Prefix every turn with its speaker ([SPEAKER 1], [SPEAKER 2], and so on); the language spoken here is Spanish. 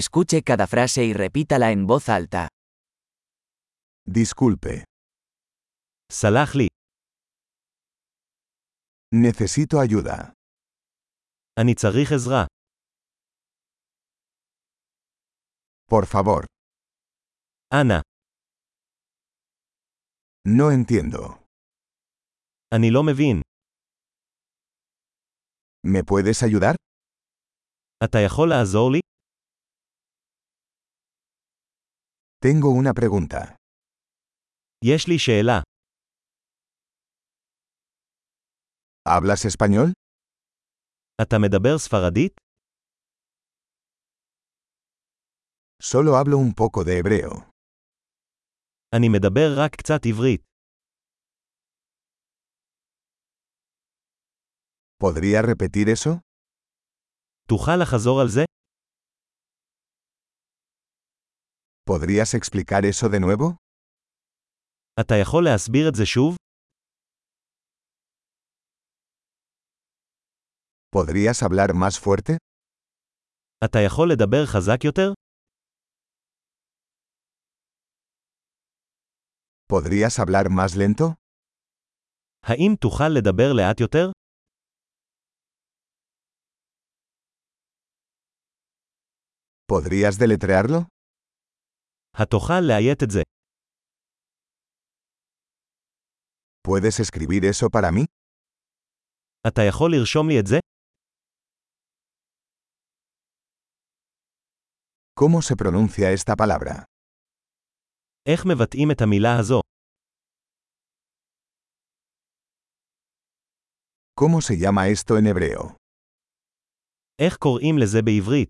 [SPEAKER 1] Escuche cada frase y repítala en voz alta.
[SPEAKER 2] Disculpe,
[SPEAKER 3] סלח לי,
[SPEAKER 2] necesito ayuda.
[SPEAKER 3] אני צריך עזרה.
[SPEAKER 2] Por favor,
[SPEAKER 3] אנא,
[SPEAKER 2] no entiendo.
[SPEAKER 3] אני לא מבין.
[SPEAKER 2] ¿Me puedes ayudar?
[SPEAKER 3] אתה יכול לעזור לי?
[SPEAKER 2] Tengo una pregunta.
[SPEAKER 3] יש לי שאלה.
[SPEAKER 2] ¿Hablas español?
[SPEAKER 3] אתה מדבר ספרדית?
[SPEAKER 2] Solo hablo un poco de hebreo.
[SPEAKER 3] אני מדבר רק קצת עברית.
[SPEAKER 2] ¿Podría repetir eso?
[SPEAKER 3] תוכל לחזור על זה?
[SPEAKER 2] ¿Podrías explicar eso de nuevo?
[SPEAKER 3] אתה יכול להסביר את זה שוב?
[SPEAKER 2] ¿Podrías hablar más fuerte?
[SPEAKER 3] אתה יכול לדבר חזק יותר?
[SPEAKER 2] ¿Podrías hablar más lento?
[SPEAKER 3] האם תוכל לדבר לאט יותר?
[SPEAKER 2] ¿Podrías deletrearlo?
[SPEAKER 3] התוכל לאיית את זה.
[SPEAKER 2] ¿Puedes escribir eso para mí?
[SPEAKER 3] אתה יכול לרשום לי את זה?
[SPEAKER 2] ¿Cómo se pronuncia esta palabra?
[SPEAKER 3] איך מבטאים את המילה הזו?
[SPEAKER 2] ¿Cómo se llama esto en hebreo?
[SPEAKER 3] איך קוראים לזה בעברית?